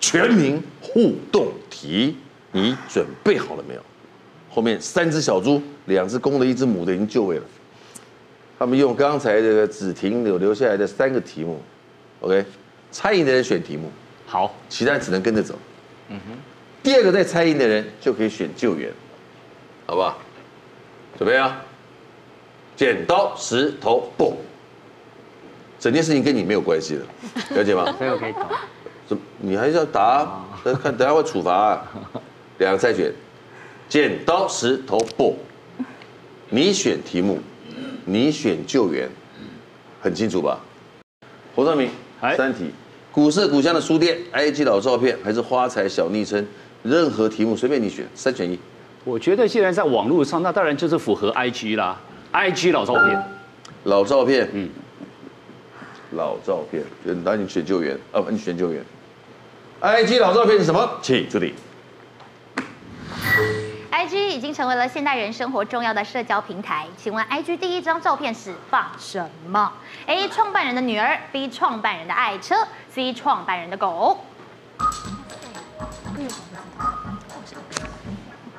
全民互动题，你准备好了没有？后面三只小猪，两只公的，一只母的，已经就位了。他们用刚才这个子婷留留下来的三个题目，OK，猜疑的人选题目，好，其他人只能跟着走。嗯哼，第二个在猜疑的人就可以选救援，好不好？准备啊！剪刀石头布，整件事情跟你没有关系 的，了解吗？所以我可以走。怎么你还是要答啊？等看等下会处罚啊！两个猜拳，剪刀石头布，你选题目，你选救援，很清楚吧？侯尚明，哎三题，古色古香的书店埃及老照片，还是花财小昵称，任何题目随便你选，三选一。我觉得既然在网络上，那当然就是符合 IG 啦，IG 老照片。老照片，嗯，老照片，那你选救援啊？不，你选救援。IG 老照片是什么？请助理。 IG 已经成为了现代人生活重要的社交平台。请问 IG 第一张照片是放什么？A. 创办人的女儿，B. 创办人的爱车，C. 创办人的狗。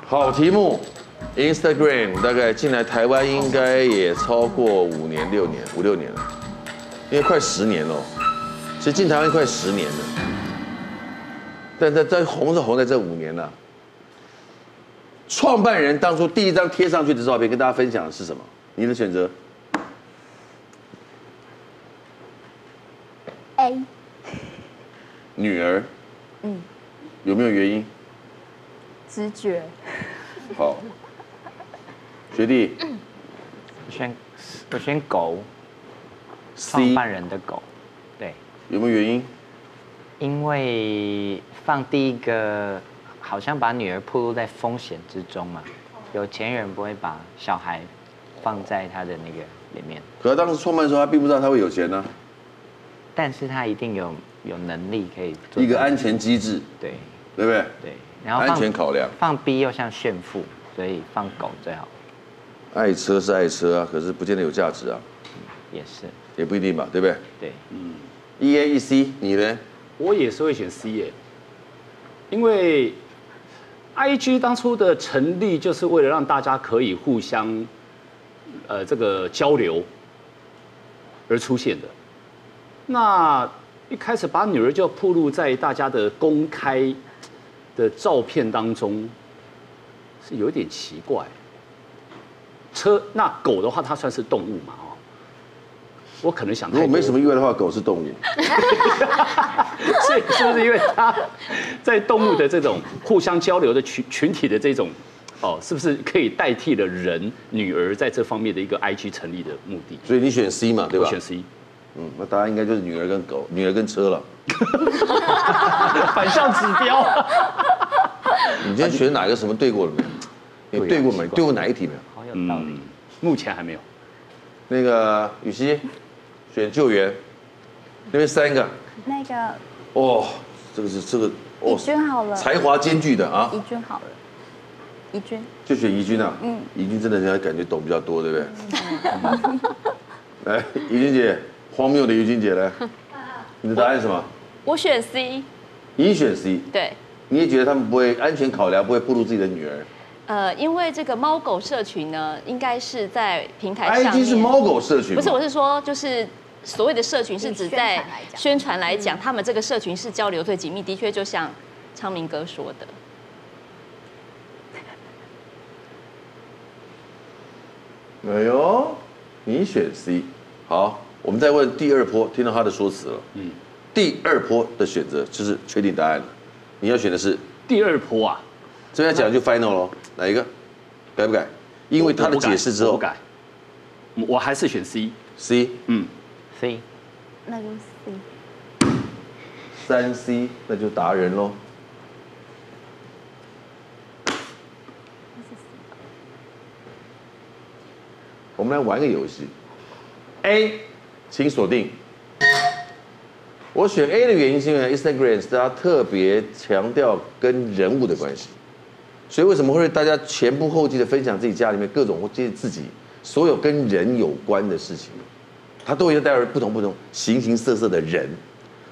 好题目，Instagram 大概进来台湾应该也超过五年、六年、五六年了，因为快十年了。其实进台湾快十年了，但在在红是红在这五年了。创办人当初第一张贴上去的照片，跟大家分享的是什么？你的选择 A 女儿，嗯嗯，有没有原因？直觉，好，学弟我选我选狗，创 C 办人的狗，对，有没有原因？因为放第一个好像把女儿暴露在风险之中嘛，有钱人不会把小孩放在他的那个里面，可他当时创办的时候，他并不知道他会有钱啊呢、但是他一定有有能力可以做一个到安全机制，对对不对？对，然后安放全考量。放 B 又像炫富，所以放狗最好，爱车是爱车啊，可是不见得有价值啊，嗯也是也不一定吧，对不对对， ？E A E C，你呢？我也是会选 C 耶，因为 IG 当初的成立就是为了让大家可以互相呃这个交流而出现的。那一开始把女儿就暴露在大家的公开的照片当中，是有点奇怪。车那狗的话，它算是动物嘛？哦，我可能想如太果多。没什么意外的话，狗是动物， 是是不是因为它在动物的这种互相交流的群群体的这种，哦，是不是可以代替了人女儿在这方面的一个 IG 成立的目的？所以你选 C 嘛，对我吧？选 C，嗯，那答案应该就是女儿跟狗，女儿跟车了。反向指标。 你今天选哪个什么对过了没有？你对过没？对过哪一题没有？好有道理。嗯，目前还没有。那个雨熙，选救援，那边三个，那个哦，这个是这个，怡哦，君好了，才华兼具的啊，怡君好了，怡君就选怡君啊，嗯嗯， 怡君真的人家感觉懂比较多，对不对？来，怡君姐，荒谬的怡君姐来，你的答案是什么？ 我选 C，你选 C，对，你也觉得他们不会安全考量，不会暴露自己的女儿呃，因为这个猫狗社群呢，应该是在平台上？IG 面，哎是猫狗社群吗，不是，我是说就是。所谓的社群是指在以宣传来讲，嗯他们这个社群是交流最紧密，的确就像昌明哥说的，哎呦，你选 C，好，我们再问第二波，听到他的说辞了，嗯，第二波的选择就是确定答案了，你要选的是第二波啊，这边讲就 final 咯，哪一个？改不改？因为他的我不改解释之我后不改，我还是选 C。 ，C 嗯， C 那个 C 三 C，那就达人喽。我们来玩个游戏，A，请锁定。我选 A 的原因是因为 Instagram 它特别强调跟人物的关系，所以为什么会大家前仆后继的分享自己家里面各种或自己自己所有跟人有关的事情，它都会带来不同不同形形色色的人。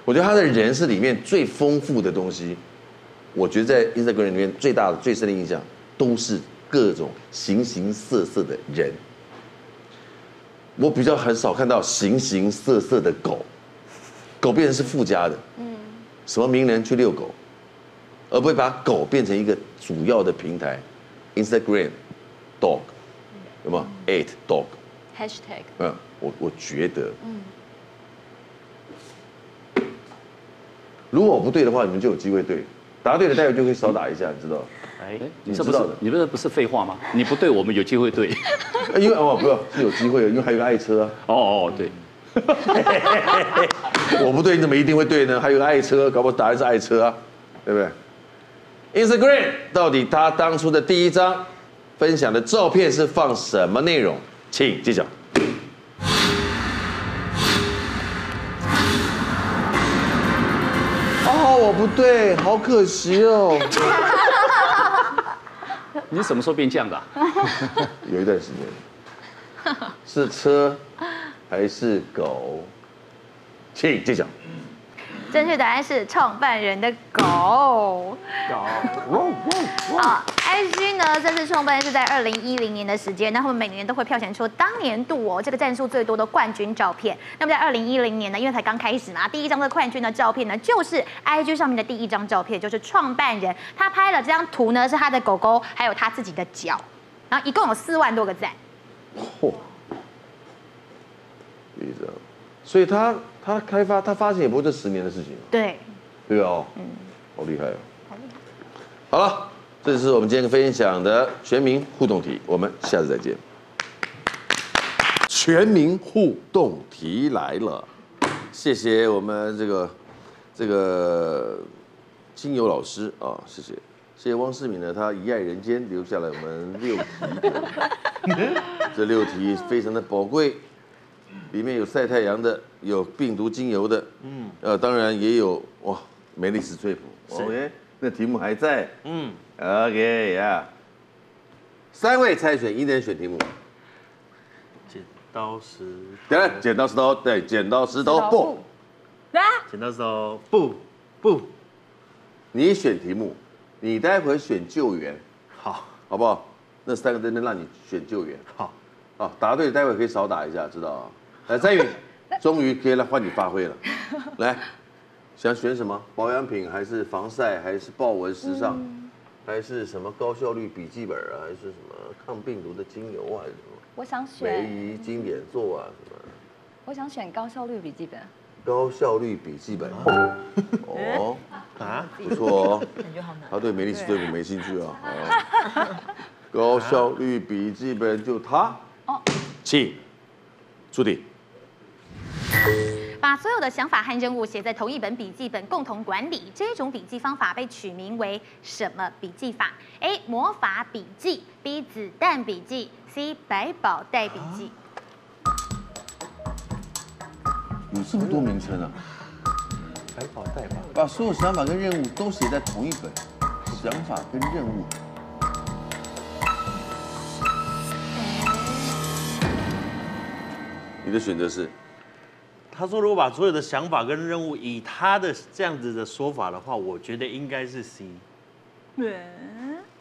我觉得他的人是里面最丰富的东西。我觉得在 Instagram 里面最大的、最深的印象都是各种形形色色的人。我比较很少看到形形色色的狗，狗变成是附加的。嗯，什么名人去遛狗，而不会把狗变成一个主要的平台，Instagram dog，有没有？Eight dog， Hashtag 嗯，我我觉得，嗯，如果我不对的话，你们就有机会对。答对了，待会就可以少打一下，你知道？哎，你这知不是道的，你这不是废话吗？你不对，我们有机会对。哎 因为哦，不要是有机会的，因为还有个爱车啊。哦哦，对， 我不对，你怎么一定会对呢？还有个爱车，搞不好答案是爱车啊，对不对？Instagram 到底他当初的第一张分享的照片是放什么内容？请揭晓。哦，我不对，好可惜哦。你什么时候变这样的啊、有一段时间，是车还是狗？请揭晓。正确答案是创办人的狗。哦 啊，IG 呢，这次创办是在二零一零年的时间，那他们每年都会票选出当年度哦这个战术最多的冠军照片。那么在二零一零年呢，因为才刚开始嘛，第一张的冠军的照片呢，就是 IG 上面的第一张照片，就是创办人他拍了这张图呢，是他的狗狗还有他自己的脚，然后一共有四万多个赞。嚯，一张，所以他他开发他发现也不是这十年的事情啊，对，对哦，嗯，好厉害哦，好了，这是我们今天分享的全民互动题，我们下次再见。全民互动题来了，谢谢我们这个这个金友老师啊，谢谢。谢谢汪世敏呢，他一爱人间留下了我们六题给我们， 这六题非常的宝贵，里面有晒太阳的，有病毒精油的，嗯，呃，当然也有哇，梅丽史翠普，OK，那题目还在，嗯，OK 呀、三位猜选，一人选题目，剪刀石等下剪刀石头，对，剪刀石头布，剪刀石头布布，你选题目，你待会选救援，好好不好？那三个真的让你选救援，好，啊，答对待会可以少打一下，知道啊？来，詹 宇，终于可以来换你发挥了。来，想选什么？保养品还是防晒，还是豹纹时尚，嗯还是什么高效率笔记本啊，还是什么抗病毒的精油啊，还是什么我想梅选，姨经典做啊，什么我想选高效率笔记本。高效率笔记本？ 哦，啊，不错哦。感觉好难。他对梅丽史对我没兴趣啊。哦高效率笔记本就他。请，朱迪。把所有的想法和任务写在同一本笔记本共同管理。这种笔记方法被取名为什么笔记法？A. 魔法笔记，B. 子弹笔记，C. 百宝袋笔记。有这么多名称啊？百宝袋吧，把所有想法跟任务都写在同一本，想法跟任务。哎你的选择是他说如果把所有的想法跟任务以他的这样子的说法的话，我觉得应该是 C。嗯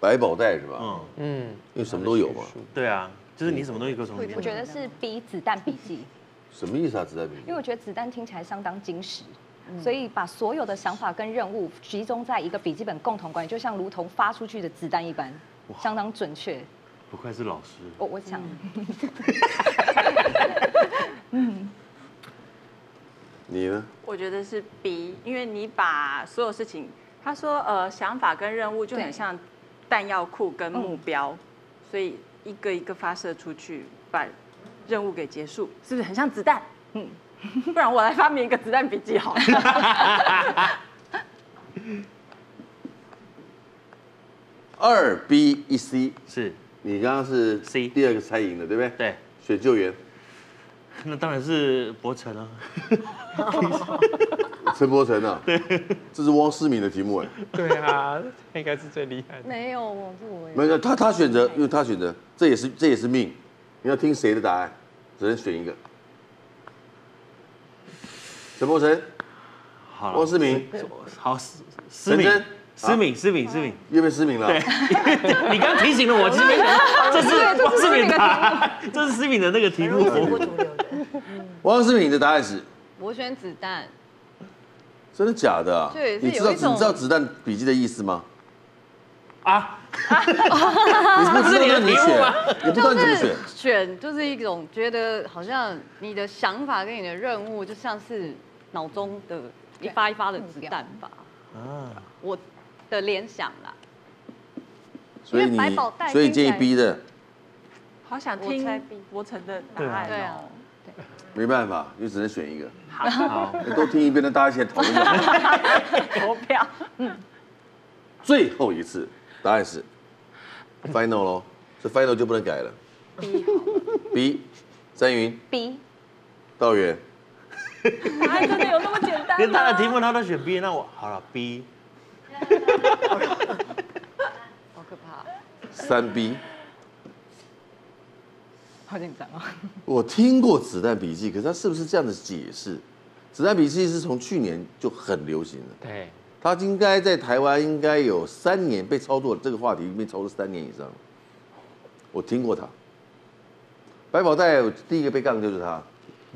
百宝袋是吧？嗯，嗯，因为什么都有嘛。对啊，就是你什么东西都从里面我觉得是 B 子弹笔 记，什么意思啊？子弹笔因为我觉得子弹听起来相当精实，嗯所以把所有的想法跟任务集中在一个笔记本共同管理，就像如同发出去的子弹一般，相当准确。不愧是老师，我我想，嗯你呢？我觉得是 B，因为你把所有事情，他说呃想法跟任务就很对像弹药库跟目标，嗯所以一个一个发射出去，把任务给 结束，是不是很像子弹？嗯，不然我来发明一个子弹笔记好了。 二 B 一 C，是你刚刚是 C 第二个猜赢的，对不对？对，选救援，那当然是博成啊。 陈柏成啊，这是汪思敏的题目哎，对啊，他应该是最厉害 的。没有，我是我没有他他选择，因为他选择，这也是这也是命，你要听谁的答案，只能选一个。陈柏成，好了，郭思明，好，思思敏陈真，啊思敏，思敏，思敏，又被思敏了。对， 你刚提醒了我，其实 没想到这是王思敏答， 这是思敏的那个题目。王思敏的答案是我选子弹，真的假的、啊？对是你知道有一你种知道子弹笔记的意思吗？你不不知道那你选，你不知道啊就你怎么选是。选就是一种觉得好像你的想法跟你的任务就像是脑中的一发一发的子弹吧，啊，我的联想啦。所以因为百宝袋你所以建议听起来 B 的，好想我猜听 B 博成的答对啊案对哦啊。没办法，就只能选一个。 好多听一遍，让大家一起来讨 论一啊 下。投票，最后一次，答 案是 final 咯，所以 final 就不能改了。B，三云， B，道远，哎，真的有那么简单？连他的题目他都选 B，那我好了 B，好可怕，三 B。好紧张哦。我听过《子弹笔记》，可是它是不是这样的解释？《子弹笔记》是从去年就很流行了，对，它应该在台湾应该有三年被操作，这个话题被操作三年以上了。我听过它，百宝袋第一个被杠就是它，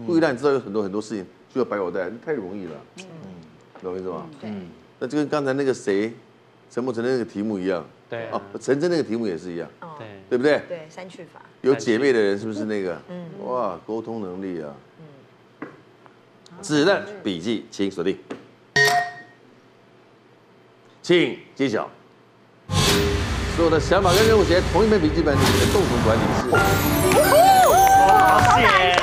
故意让你知道有很多很多事情，就要百宝袋，太容易了，嗯，懂我意思吗？嗯，那就跟刚才那个谁，陈柏成那个题目一样，对哦，陈真那个题目也是一样，对对不对？嗯对，删去法。有姐妹的人是不是那个？嗯哇，沟通能力啊！子弹笔记，请锁定，请揭晓。所有的想法跟任务写在同一本笔记本里面的共同管理是。谢谢。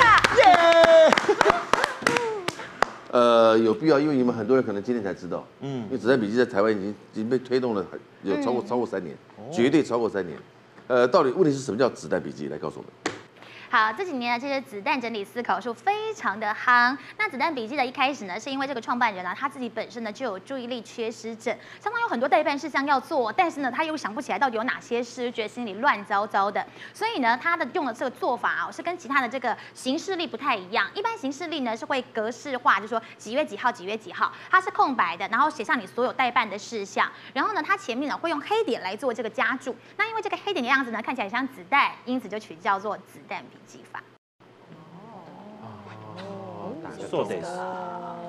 呃，有必要，因为你们很多人可能今天才知道，嗯嗯，因为子弹笔记在台湾已经已经被推动了很，有超过嗯超过三年，绝对超过三年。呃，到底问题是什么叫子弹笔记？来告诉我们。好，这几年呢，这些子弹整理思考术非常的夯。那子弹笔记的一开始呢，是因为这个创办人啊，他自己本身呢就有注意力缺失症，常常有很多代办事项要做，但是呢，他又想不起来到底有哪些事，觉得心里乱糟糟的。所以呢，他的用的这个做法啊，是跟其他的这个行事历不太一样。一般行事历呢是会格式化，就说几月几号、几月几号，它是空白的，然后写上你所有代办的事项。然后呢，它前面呢会用黑点来做这个加注。那因为这个黑点的样子呢看起来像子弹，因此就取叫做子弹笔记法。哦哦做得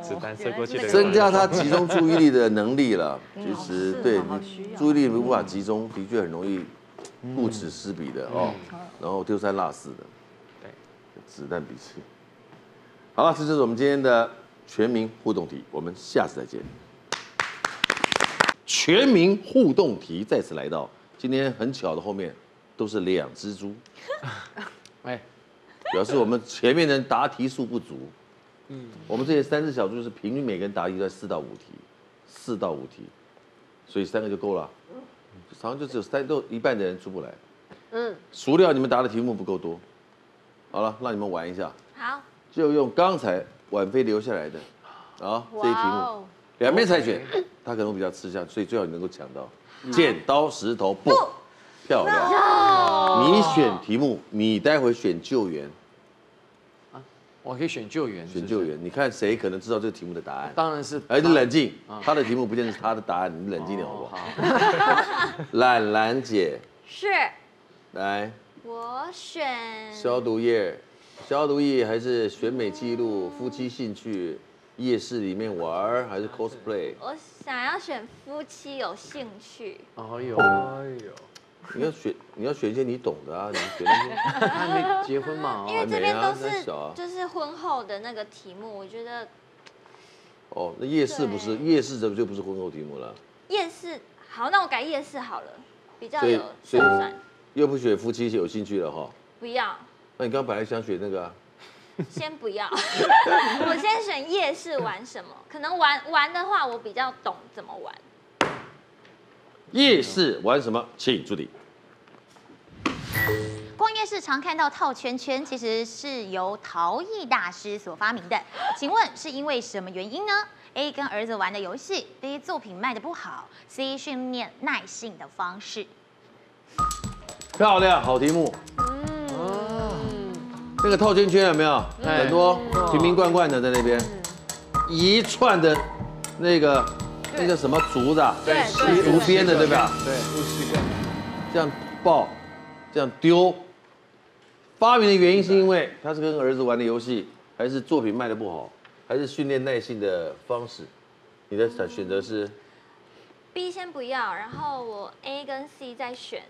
子弹射过去的，增加他集中注意力的能力了。其嗯实是对哦好你需要注意力嗯无法集中，的确很容易顾此失彼的哦，然后丢三落四的。嗯对，子弹笔记。好了，这就是我们今天的全民互动题，我们下次再见。全民互动题再次来到，今天很巧的后面都是两只猪，哎，表示我们前面人答题数不足。嗯，我们这些三只小猪是平均每个人答题在四到五题，四到五题，所以三个就够了。好像就只有三都一半的人出不来，嗯，孰料你们答的题目不够多。好了，让你们玩一下，好，就用刚才婉菲留下来的啊这一题哇目，哦，两边猜拳，他可能会比较吃香，所以最好你能够抢到。剪刀石头布，漂亮！哦 你选题目，你待会选救援，啊我可以选救援，是选不是救。援，你看谁可能知道这个题目的答案。当然是，啊哎，你冷静，他的题目不见得是他的答案，你冷静一点好不哦好？ 懒懒姐，是来我选消毒液，消毒液还是选美记录、夫妻兴趣、夜市里面玩儿，哎还是 cosplay？我想要选夫妻有兴 趣，哎呦哎呦，你要选，你要选一些你懂的啊，你选那些。他 还没结婚嘛？哦因为还这没边啊都那是小啊就是婚后的那个题目，我觉得哦，那夜市不是夜市，这就不是婚后题目了，夜市好，那我改夜市好了，比较所以有所以胜算。又不选夫妻有兴趣了哈。不要，那你刚刚本来想选那个啊，先不 要，我先选夜市玩什么？可能玩玩的话，我比较懂怎么玩。夜市玩什么？请助理。逛夜市常看到套圈圈，其实是由陶艺大师所发明的。请问是因为什么原因呢？A 跟儿子玩的游戏，B 作品卖的不好，C 训练耐性的方式。漂亮，好题目。那个套圈圈有没有？嗯哎嗯很多瓶瓶罐罐的在那边，一串的那个那个什么竹子啊，对对无无边的对吧？对，不习惯。这样抱，这样丢。发明的原因是因为他是跟儿子玩的游戏，还是作品卖的不好，还是训练耐性的方式？你的选选择是 B 先不要，然后我 A 跟 C 再选。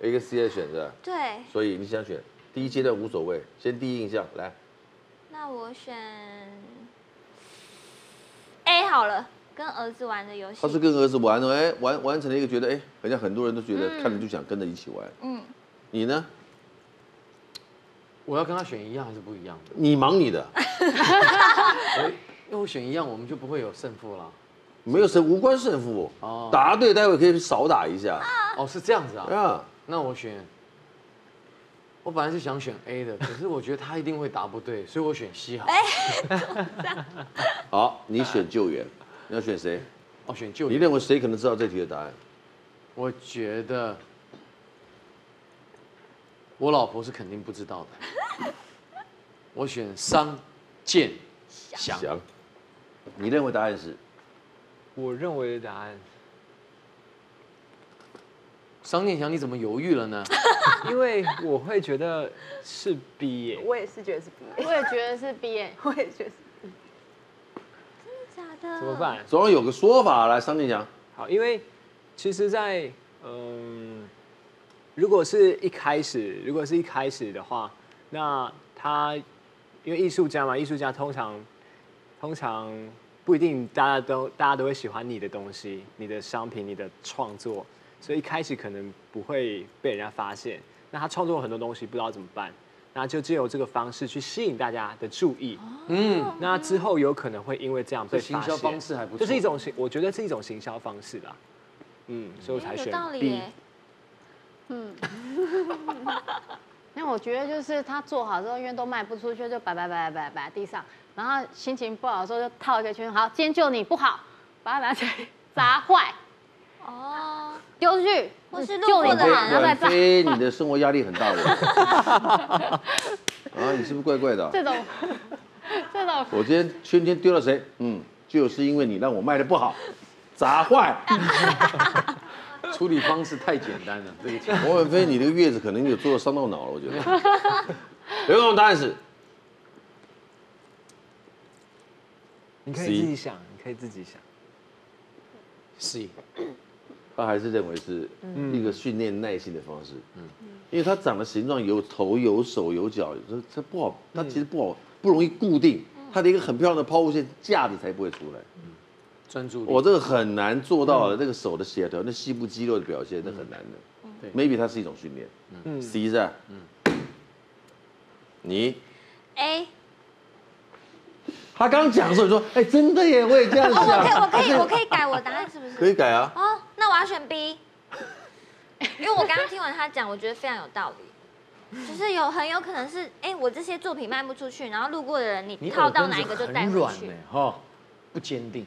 A 跟 C 的选择，对，所以你想选第一阶段无所谓，先第一印象来。那我选 A 好了，跟儿子玩的游戏。他是跟儿子玩的，哎，玩完成了一个觉得，哎，好像很多人都觉得嗯看了就想跟着一起玩。嗯，你呢？我要跟他选一样还是不一样的？你忙你的，因为我选一样，我们就不会有胜负了。没有胜无关胜负。哦答对，待会可以少打一下。哦，是这样子啊。啊，那我选，我本来是想选 A 的，可是我觉得他一定会答不对，所以我选 C 好。好，你选救援，你要选谁？哦，选救你援。认为谁可能知道这题的答案？我觉得我老婆是肯定不知道的。我选商健祥。翔，你认为答案是？我认为的答案，商健祥，你怎么犹豫了呢？ 因为我会觉得是 B 耶。我也是觉得是 B，我也觉得是 B 耶， 我也觉得是 B。真的假的？怎么办？总要有个说法来，商定强。好，因为其实在，嗯，如果是一开始，如果是一开始的话，那他因为艺术家嘛，艺术家通常通常不一定大家都大家都会喜欢你的东西、你的商品、你的创作，所以一开始可能不会被人家发现。那他创作了很多东西，不知道怎么办，那就借由这个方式去吸引大家的注意。嗯，那之后有可能会因为这样被这行发销现，方式还不这错是一种行，我觉得是一种行销方式啦。嗯，所以我才有选道理 B 耶。。嗯， 那我觉得就是他做好之后，因为都卖不出去，就摆摆摆摆摆摆地上，然后心情不好的时候就套一个圈，好，今天就你不好，把它拿起来砸坏，哦，丢出去，或是路就你过不的好，人然后再阮砸。飞，你的生活压力很大的。啊，你是不是怪怪的啊、这种这种 我今天今天丢了谁？嗯，就是因为你让我卖的不好，砸坏。处理方式太简单了，这个 情王况婉飞，你这个月子可能有做伤到脑了，我觉得。刘总，答案是你可以自己想，你可以自己想。 C。他还是认为是嗯一个训练耐心的方式。嗯，因为它长的形状有头、有手、有脚，这这不好，它其实不好，不容易固定。它的一个很漂亮的抛物线架着才不会出来。专注力。我这个很难做到的，那个手的协调，那细部肌肉的表现，那很难的。对 Maybe 它是一种训练。嗯嗯，C 是吧？嗯，你 A，他刚讲的时候你说，哎，真的耶，我也这样啊哦，我可以，想。我可以，我可以改我答案是不是？可以改啊哦，那我要选 B，因为我刚刚听完他讲，我觉得非常有道理，就是有很有可能是，哎、我这些作品卖不出去，然后路过的人你套到哪一个就带很回软去呢。，哈，不坚定，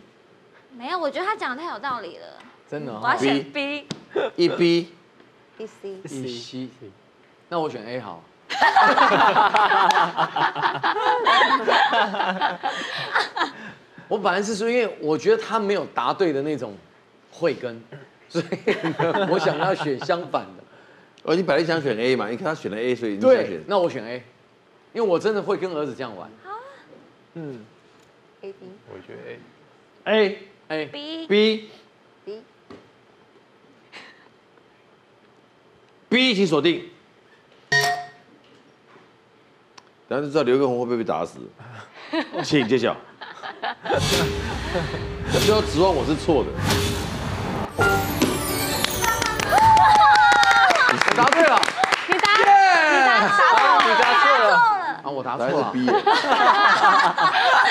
没有，我觉得他讲的太有道理了，真的嗯我哈要。选 B。啊一 B。 B C，一 C，那我选 A 好。我本来是说，因为我觉得他没有答对的那种慧 根，所以呢我想要选相反的。哦，你本来想选 A 嘛，你看他选了 A，所以你想对选，。那我选 A，因为我真的会跟儿子这样玩。啊嗯 A B 我觉得 A。 A A B B B B，请锁定。然后就知道刘畊宏会不会被打死，请 揭晓。不要指望我是错的，我答对了，你答你答错了，你答错了啊！我答错答了案是 B 耶。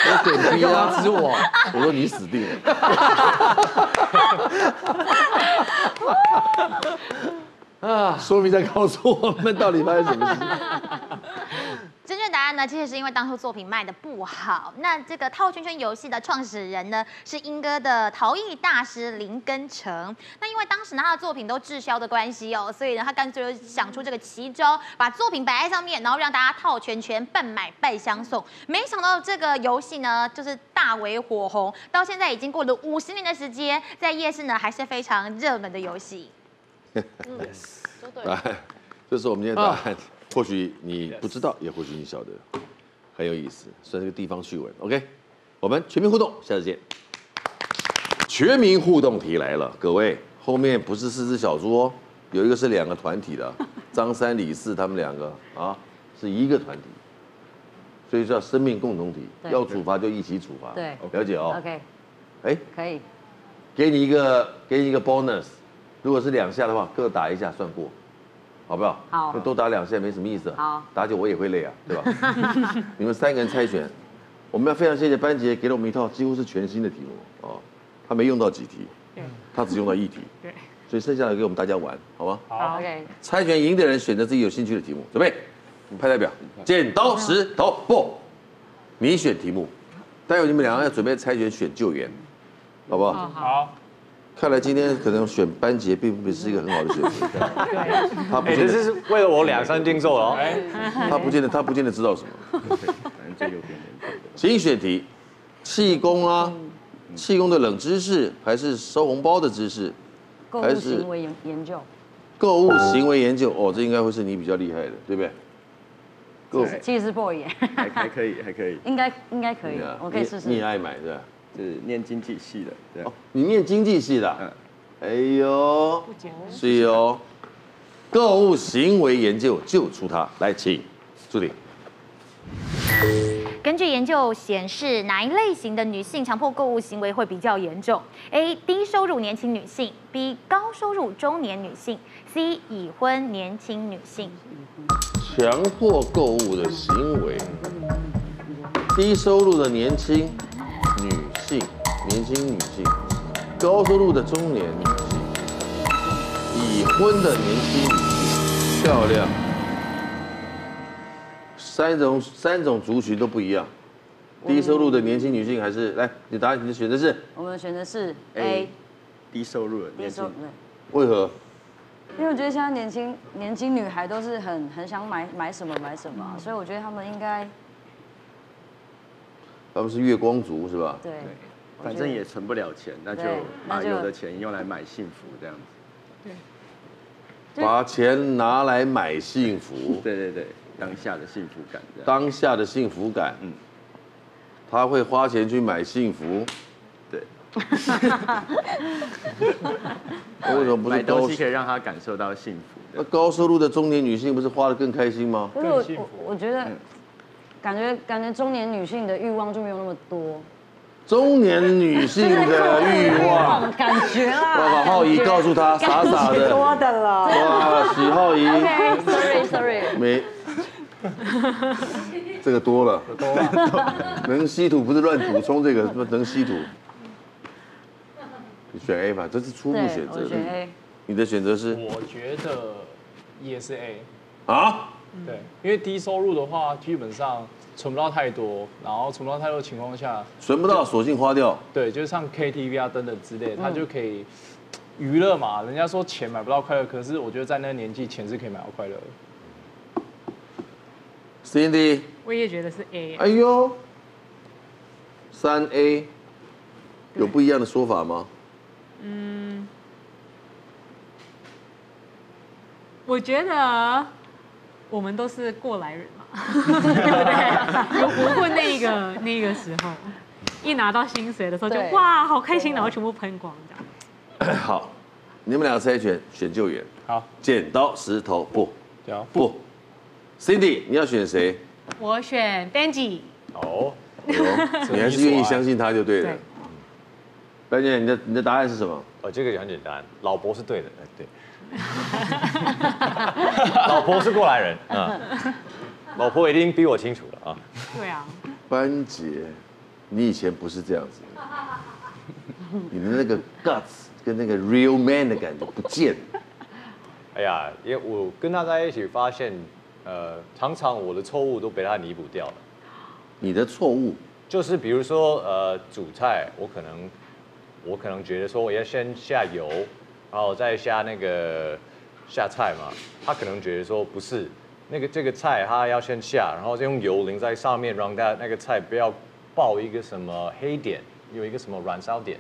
我选 B 啊，指我。我说你死定了。啊，啊说明在告诉我们到底发生什么事。正确答案呢，其实是因为当初作品卖的不好。那这个套圈圈游戏的创始人呢，是英哥的陶艺大师林根成。那因为当时呢他的作品都滞销的关系哦，所以呢他干脆就想出这个奇招，把作品摆在上面，然后让大家套圈圈，半买半相送。没想到这个游戏呢，就是大为火红，到现在已经过了五十年的时间，在夜市呢还是非常热门的游戏。 嗯，说对了 来，这是我们嗯今天的答案。或许你不知道，也或许你晓得，很有意思，算是个地方趣闻。OK，我们全民互动，下次见。全民互动题来了，各位，后面不是四只小猪哦，有一个是两个团体 的，张三李四他们两个啊是一个团体，所以叫生命共同体，对要处罚就一起处罚，对了解哦。 OK，哎，可以。给你一个给你一个 bonus，如果是两下的话，各打一下算过，好不好？好那多打两下没什么意思。好，打久我也会累啊， 对吧？你们三个人猜拳，我们要非常谢谢班杰给了我们一套几乎是全新的题目哦，他没用到几题，他只用到一题，对，所以剩下的给我们大家玩，好吗？好，OK，猜拳赢的人选择自己有兴趣的题目，准备，派代表，嗯剪刀石头布，你选题目，待会你们两个要准备猜拳选救援，好不好？好，看来今天可能选班杰并不是一个很好的选择，他不哎，见这得是为了我量身定做了哦。他不见得他不见得知道什么。请选题，气功啊，气功的冷知识，还是收红包的知识，购还物是行为研研究，购物行为研究？哦，这应该会是你比较厉害的，对不对？购物其实 boy 耶，还还可以，还可以， 应该应该可以对啊，我可以试试你。你也爱买是吧？就是念经济系的，对嗯啊，哦你念经济系的啊？哎呦，是哦。购物行为研究就出它，来，请助理。根据研究显示，哪一类型的女性强迫购物行为会比较严重？A. 低收入年轻女性；B. 高收入中年女性；C. 已婚年轻女性。强迫购物的行为，低收入的年轻女性，年轻女性，高收入的中年女性，已婚的年轻女性，漂亮。三种三种族群都不一样，低收入的年轻女性还是来，你答案你的选择是我们选的是 A A，低收入的低收入，为何？因为我觉得现在年轻年轻女孩都是很很想买买什么买什么嗯啊，所以我觉得她们应该他们是月光族是吧？对，反正也存不了钱，那就对把那就有的钱用来买幸福这样子。把钱拿来买幸福。 对对对，当下的幸福感这样。当下的幸福感。嗯，他会花钱去买幸福。对，为什么不买是东高西？可以让他感受到幸福？那高收入的中年女性不是花的更啊开心吗？可是我我我觉嗯得感觉感觉中年女性的欲望就没有那么多，中年女性的 欲望，感觉啦，哇，把浩怡告诉她，傻傻感觉的，多的了哇，许浩怡 OK，sorry，sorry 没这个多了，多了，能吸土不是乱补充这个，能吸土。你选 A 吧，这是初步对选择我的选 A。你的选择是 我觉得也是 A，啊？对，因为低收入的话，基本上存不到太多，然后存不到太多的情况下，存不到，索性花掉。对，就是像 KTV 啊等等之类，他嗯就可以娱乐嘛。人家说钱买不到快乐，可是我觉得在那个年纪，钱是可以买到快乐的。 Cindy，我也觉得是 A，哎呦，三 A 有不一样的说法吗？嗯，我觉得我们都是过来人嘛，对不对？有活过那个那个嗯时候，一拿到薪水的时候就对哇，好开心，然后全部喷光这样。好，你们俩猜拳，选救援。好，剪刀石头布。布。Cindy，你要选谁？我选 Benji，哦， 你还是愿意相信他就对了。白姐，你的你的答案是什么？哦，这个也很简单，老伯是对的，哎， 对，老婆是过来人啊，老婆一定比我清楚了啊。对啊，班杰，你以前不是这样子的，你的那个 guts 跟那个 real man 的感觉不见了。哎呀，因为我跟他在一起发现，呃，常常我的错误都被他弥补掉了。你的错误就是比如说呃，煮菜我可能我可能觉得说我要先下油，然后再下那个下菜嘛，他可能觉得说不是。那个这个菜它要先下，然后再用油淋在上面，让它那个菜不要爆一个什么黑点，有一个什么燃烧点。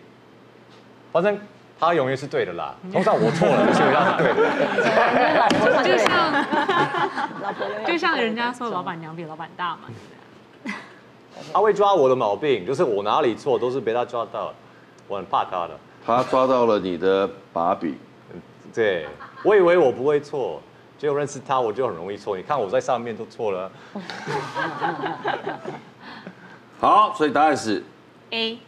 反正他永远是对的啦，通常我错了，基本上是 对的。就 像就像人家说老板娘比老板大嘛，他会抓我的毛病，就是我哪里错都是被他抓到，我很怕他的。他抓到了你的把柄， 对我以为我不会错，结果认识他我就很容易错。你看我在上面都错了，好，所以答案是 A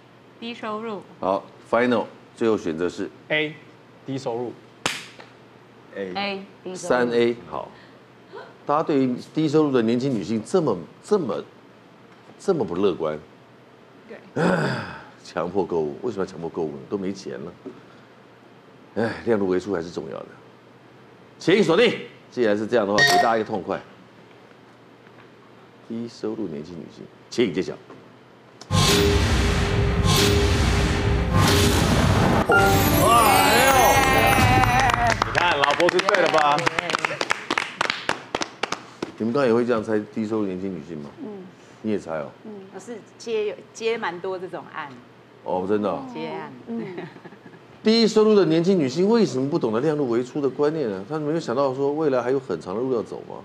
低收入，好，final 最后选择是 A 低收入 A A 低收入三 A 好，大家对于低收入的年轻女性这么这么这么不乐观， 唉强迫购物，为什么要强迫购物呢？都没钱了，哎，量入为出还是重要的，请锁定。既然是这样的话，给大家一个痛快。低收入年轻女性，请揭晓。你看老婆是对的吧？你们刚才也会这样猜低收入年轻女性吗？嗯你也猜哦？嗯，我是接接蛮多这种案，哦，真的哦、接案，嗯，低收入的年轻女性为什么不懂得量入为出的观念呢？她没有想到说未来还有很长的路要走吗？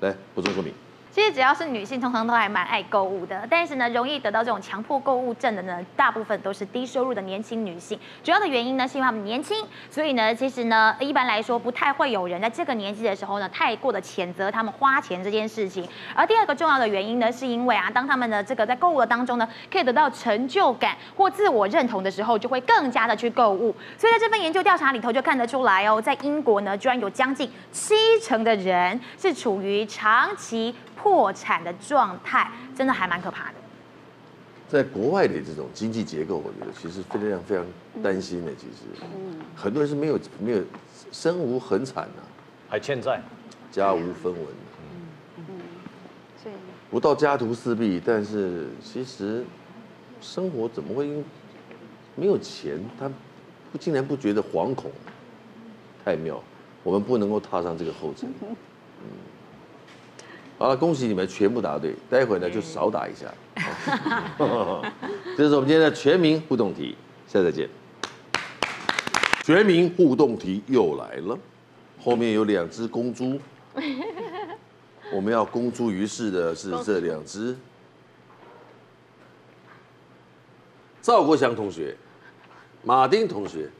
来，补充说明。其实只要是女性，通常都还蛮爱购物的，但是呢，容易得到这种强迫购物症的呢，大部分都是低收入的年轻女性。主要的原因呢，是因为她们年轻，所以呢，其实呢，一般来说不太会有人在这个年纪的时候呢，太过的谴责她们花钱这件事情。而第二个重要的原因呢，是因为啊，当她们的这个在购物的当中呢，可以得到成就感或自我认同的时候，就会更加的去购物。所以在这份研究调查里头就看得出来哦，在英国呢，居然有将近七成的人是处于长期破产的状态，真的还蛮可怕的。在国外的这种经济结构，我觉得其实非常非常担心的。其实嗯，很多人是没有没有身无痕产的、还欠债，家无分文的，嗯所以不到家徒四壁，但是其实生活怎么会因没有钱，他不竟然不觉得惶恐，太妙了！我们不能够踏上这个后尘。嗯好了，恭喜你们全部答对，待会呢就少打一下。 这是我们今天的全民互动题，下次再见。全民互动题又来了，后面有两只公猪，我们要公诸于世的是这两只。赵国祥同学，马丁同学，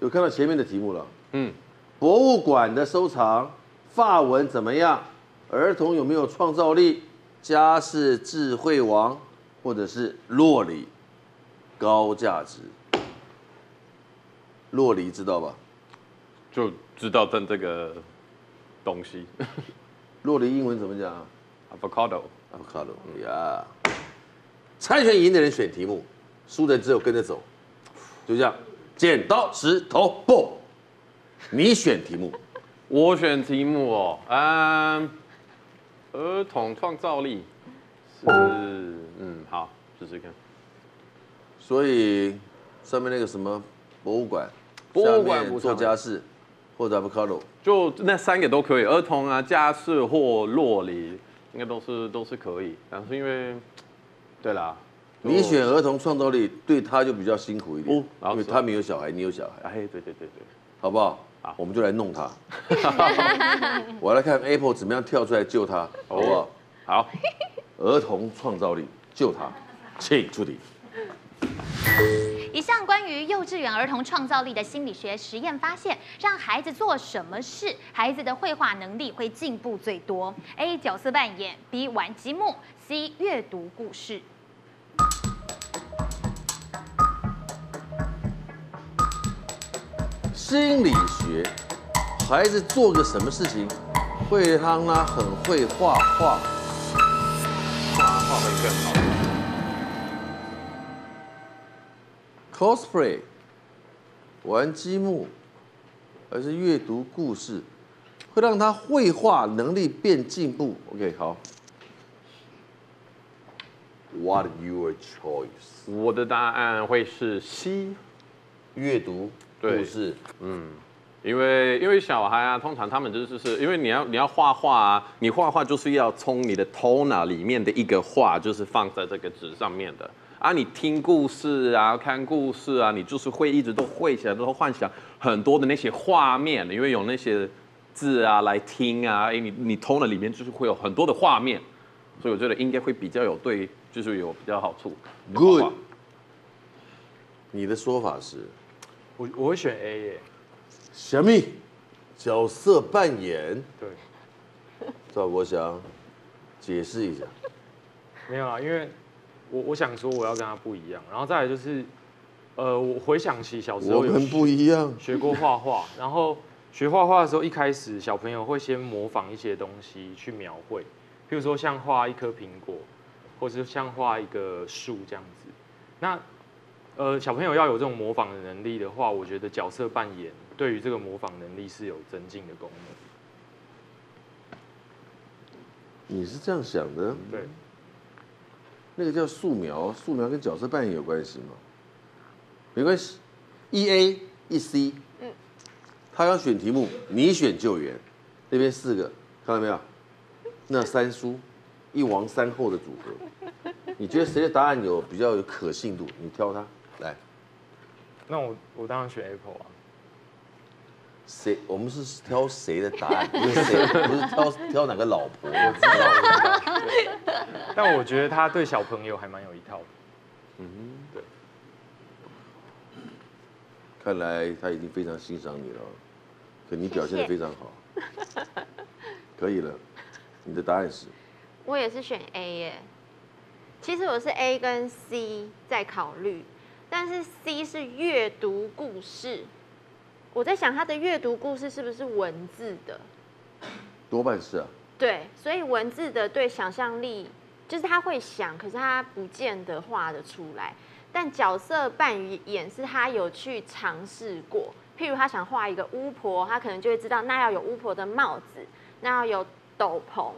有看到前面的题目了？嗯，博物馆的收藏，发文怎么样？儿童有没有创造力？家是智慧王，或者是洛梨，高价值。洛梨知道吧？就知道但这个东西洛梨英文怎么讲啊？ avocado avocado 呀、参选赢的人选题目，输的人只有跟着走，就这样，剪刀石头布，你选题目。我选题目哦，嗯，儿童创造力是，嗯，好，试试看。所以上面那个什么博物馆，博物馆下面不做上哦家事，或者 avocado，就那三个都可以，儿童啊、家事或洛梨，应该都是都是可以。但是因为，对啦，就你选儿童创造力，对他就比较辛苦一点，因为他没有小孩，你有小孩，哦哎，对对对对，好不好？好，我们就来弄他。我来看 Apple 怎么样跳出来救他，好不好？哦好，儿童创造力救他，请出题。一项关于幼稚园儿童创造力的心理学实验发现，让孩子做什么事，孩子的绘画能力会进步最多。A. 角色扮演，B. 玩积木，C. 阅读故事。心理学，孩子做个什么事情，会让他很会画画，画画会更好。 cosplay，玩积木，而是阅读故事，会让他绘画能力变进步。OK，好。What your choice？我的答案会是 C，阅读对故事，嗯，因为因为小孩啊，通常他们就是是因为你要你要画画啊，你画画就是要从你的头脑里面的一个画，就是放在这个纸上面的啊，你听故事啊，看故事啊，你就是会一直都会起来，都幻想很多的那些画面，因为有那些字啊来听啊，哎，你你头脑里面就是会有很多的画面，所以我觉得应该会比较有对，就是有比较好处。 Good。你的说法是我我会选 A 耶，什么？角色扮演？对，赵国祥，解释一下。没有啊，因为我我想说我要跟他不一样，然后再来就是，呃，我回想起小时我候有们不一样。学过画 画，然后学画画的时候，一开始小朋友会先模仿一些东西去描绘，譬如说像画一颗苹果，或是像画一个树这样子。那呃，小朋友要有这种模仿的能力的话，我觉得角色扮演对于这个模仿能力是有增进的功能。 你是这样想的？对。那个叫素描，素描跟角色扮演有关系吗？没关系，一 E A 一 C，嗯他要选题目，你选救援，那边四个，看到没有？那三叔，一王三后的组合，你觉得谁的答案有比较有可信度？你挑他来。那我我当然选 Apple 啊。谁？我们是挑谁的答 案？不是谁，不是挑挑哪个老婆？我知道 但我觉得他对小朋友还蛮有一套的。嗯，对。看来他已经非常欣赏你了，可你表现的非常好，可以了。你的答案是我也是选 A 耶。其实我是 A 跟 C 在考虑，但是 C 是阅读故事。我在想他的阅读故事是不是文字的？多半是啊，对，所以文字的对想象力，就是他会想，可是他不见得画得出来。但角色扮演是他有去尝试过，譬如他想画一个巫婆，他可能就会知道那要有巫婆的帽子，那要有斗篷，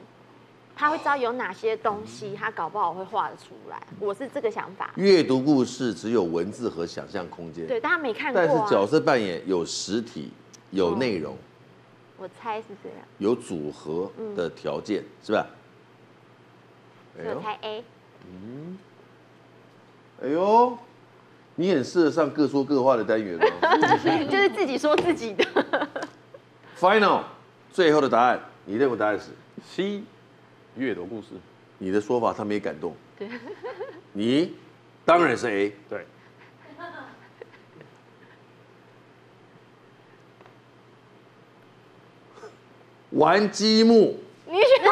他会知道有哪些东西，他搞不好会画得出来。我是这个想法，阅读故事只有文字和想象空间，对，但他没看过、啊。嗯但是角色扮演有实体，有内容，我猜是这样，有组合嗯的条件，是吧？哎所以我猜 A。嗯，哎呦，你很适合上各说各话的单元 哦。就是自己说自己的。 Final，最后的答案，你认为答案是 C，阅读故事。你的说法他们也感动，对，你当然是 A。对，玩积木，你选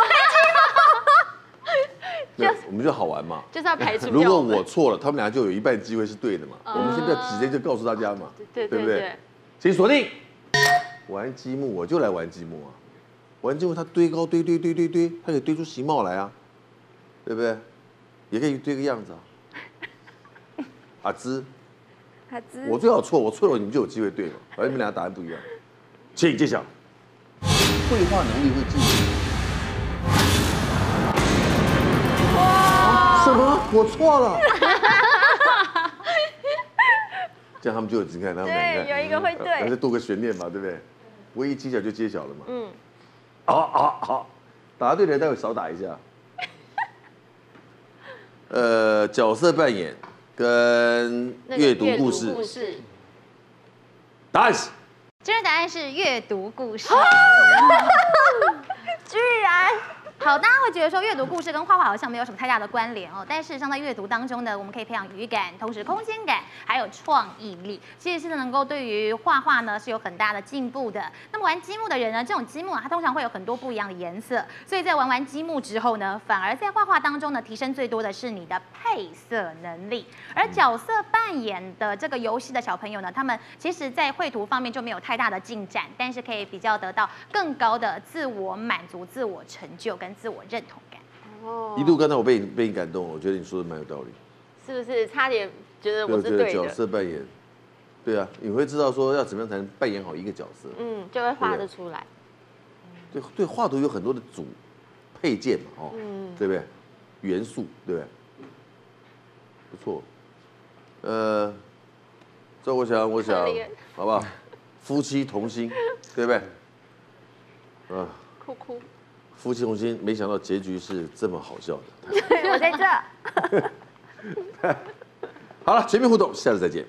对，我们就好玩嘛。就是要排除如掉果我们我错了，他们俩就有一半机会是对的嘛。嗯我们先不要直接就告诉大家嘛，对对对不对对？，请锁定。玩积木，我就来玩积木啊！玩积木，它堆高堆堆堆堆堆，它可以堆出形貌来啊，对不对？也可以堆个样子啊。啊阿芝，他知我最好错，我错了你们就有机会对嘛，反正你们俩答案不一样。请揭晓。绘画能力会进步。什么？我错了。这样他们就有你看，他们俩你看对有一个会对还是多个悬念嘛，对不对？唯一揭晓就揭晓了嘛。嗯，啊啊啊！答对的待会少打一下。呃，角色扮演跟那个 阅读故事，事，答案是真正答案是阅读故 事。居然。好，大家会觉得说阅读故事跟画画好像没有什么太大的关联哦，但事实上在阅读当中呢，我们可以培养语感，同时空间感，还有创意力，其实是能够对于画画呢是有很大的进步的。那么玩积木的人呢，这种积木啊，它通常会有很多不一样的颜色，所以在玩完积木之后呢，反而在画画当中呢，提升最多的是你的配色能力。而角色扮演的这个游戏的小朋友呢，他们其实在绘图方面就没有太大的进展，但是可以比较得到更高的自我满足、自我成就跟自我认同感。哦一度刚才我被你被你感动了，我觉得你说的蛮有道理。是不是差点觉得对我我是觉得对角的？色扮演，嗯对啊，你会知道说要怎么样才能扮演好一个角色。嗯，就会画得出来。对对，画图有很多的组配件嘛，哦，嗯对不对？元素，对不对？不错，呃，这我想，我想可怜，好不好？夫妻同心，对不对？啊，哭哭，夫妻同心，没想到结局是这么好笑的。 对我在这。好了，全民互动，下次再见。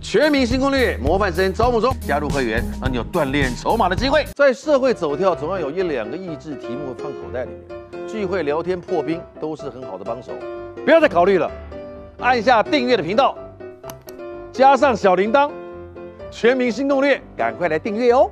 全民新攻略，模范生招募中，加入会员让你有锻炼筹码的机会。在社会走跳，总要有一两个益智题目放口袋里面，聚会聊天破冰都是很好的帮手。不要再考虑了，按下订阅的频道，加上小铃铛，全民新攻略，赶快来订阅哦。